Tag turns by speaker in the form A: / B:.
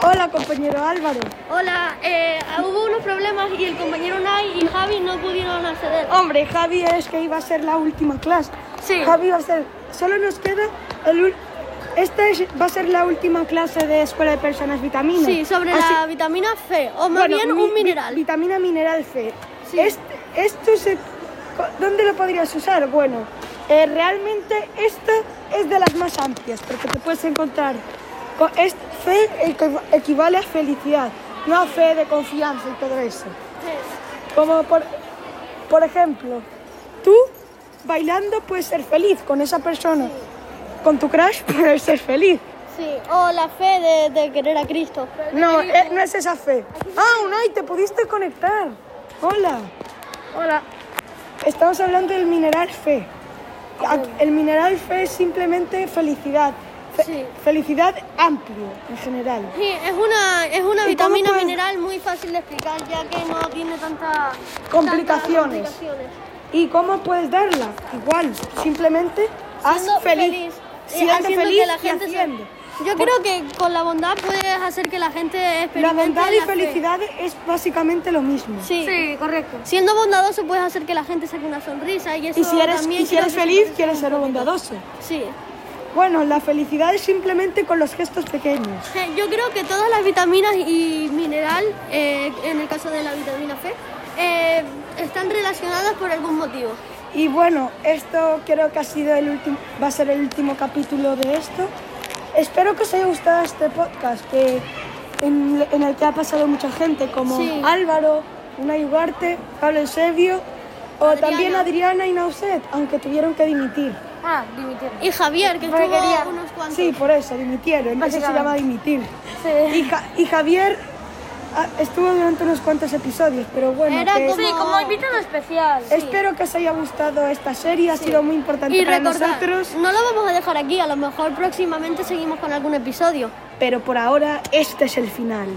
A: Hola, compañero Álvaro.
B: Hola, eh, hubo unos problemas y el compañero Nay y Javi no pudieron acceder.
A: Hombre, Javi es que iba a ser la última clase.
B: Sí.
A: Javi va a ser. Solo nos queda el. ul- Esta es- va a ser la última clase de Escuela de Personas Vitaminas.
B: Sí, sobre
A: Así-
B: la vitamina C, o más
A: Ah, Bueno,
B: bien
A: mi-
B: un
A: vi-
B: mineral.
A: vitamina mineral C.
B: Sí.
A: Este- esto se, co- ¿Dónde lo podrías usar? Bueno, eh, realmente esta es de las más amplias, porque te puedes encontrar. Con, es- fe equ- equivale a felicidad, no a fe de confianza y todo eso. Como por, por ejemplo, tú bailando puedes ser feliz con esa persona. Con tu crush puedes ser feliz.
B: Sí, o la fe de, de querer a Cristo.
A: No, eh, no es esa fe. Ah, Unai, te pudiste conectar. Hola.
B: Hola.
A: Estamos hablando del mineral fe. Ac- El mineral fe es simplemente felicidad. Fe-
B: Sí.
A: Felicidad amplio, en general.
B: Sí, es una, es una
A: ¿Y cómo
B: vitamina
A: puede-
B: mineral muy fácil de explicar, ya que no tiene tanta,
A: Complicaciones.
B: tantas complicaciones.
A: ¿Y cómo puedes darla? Igual, simplemente haz
B: Siendo
A: feliz.
B: eh,
A: Siendo
B: haciendo
A: feliz
B: que la
A: y
B: gente se-
A: haciendo.
B: Yo creo que con la bondad puedes hacer que la gente
A: La
B: experimente
A: bondad y
B: fe.
A: felicidad es básicamente lo mismo.
B: Sí. correcto. Siendo bondadoso puedes hacer que la gente saque una sonrisa y eso
A: Y si eres,
B: también
A: y si
B: creo
A: eres
B: que se
A: feliz,
B: parece
A: quieres
B: un
A: ser
B: poquito.
A: bondadoso.
B: Sí.
A: Bueno, la felicidad es simplemente con los gestos pequeños.
B: Eh, Yo creo que todas las vitaminas y mineral, eh, en el caso de la vitamina C, eh, están relacionadas por algún motivo.
A: Y bueno, esto creo que ha sido el último, va a ser el último capítulo de esto. Espero que os haya gustado este podcast, que en, en el que ha pasado mucha gente, como
B: Sí.
A: Álvaro, Unai Ugarte, Pablo Eusebio, o
B: Adriana.
A: también Adriana y Nauset, aunque tuvieron que dimitir.
C: Ah, dimitir.
B: Y Javier, que
C: Porque
B: estuvo
C: quería-
B: unos cuantos.
A: Sí, por eso, dimitieron, eso se
C: Básicamente.
A: llama dimitir.
C: Sí.
A: Y, Ja- y Javier ah, estuvo durante unos cuantos episodios, pero bueno,
B: Era
A: que-
B: como-
C: Sí, como invitado especial.
A: espero que os haya gustado esta serie, ha sido muy importante
B: Y
A: para
B: recordad,
A: nosotros.
B: no lo vamos a dejar aquí, a lo mejor próximamente seguimos con algún episodio.
A: pero por ahora este es el final.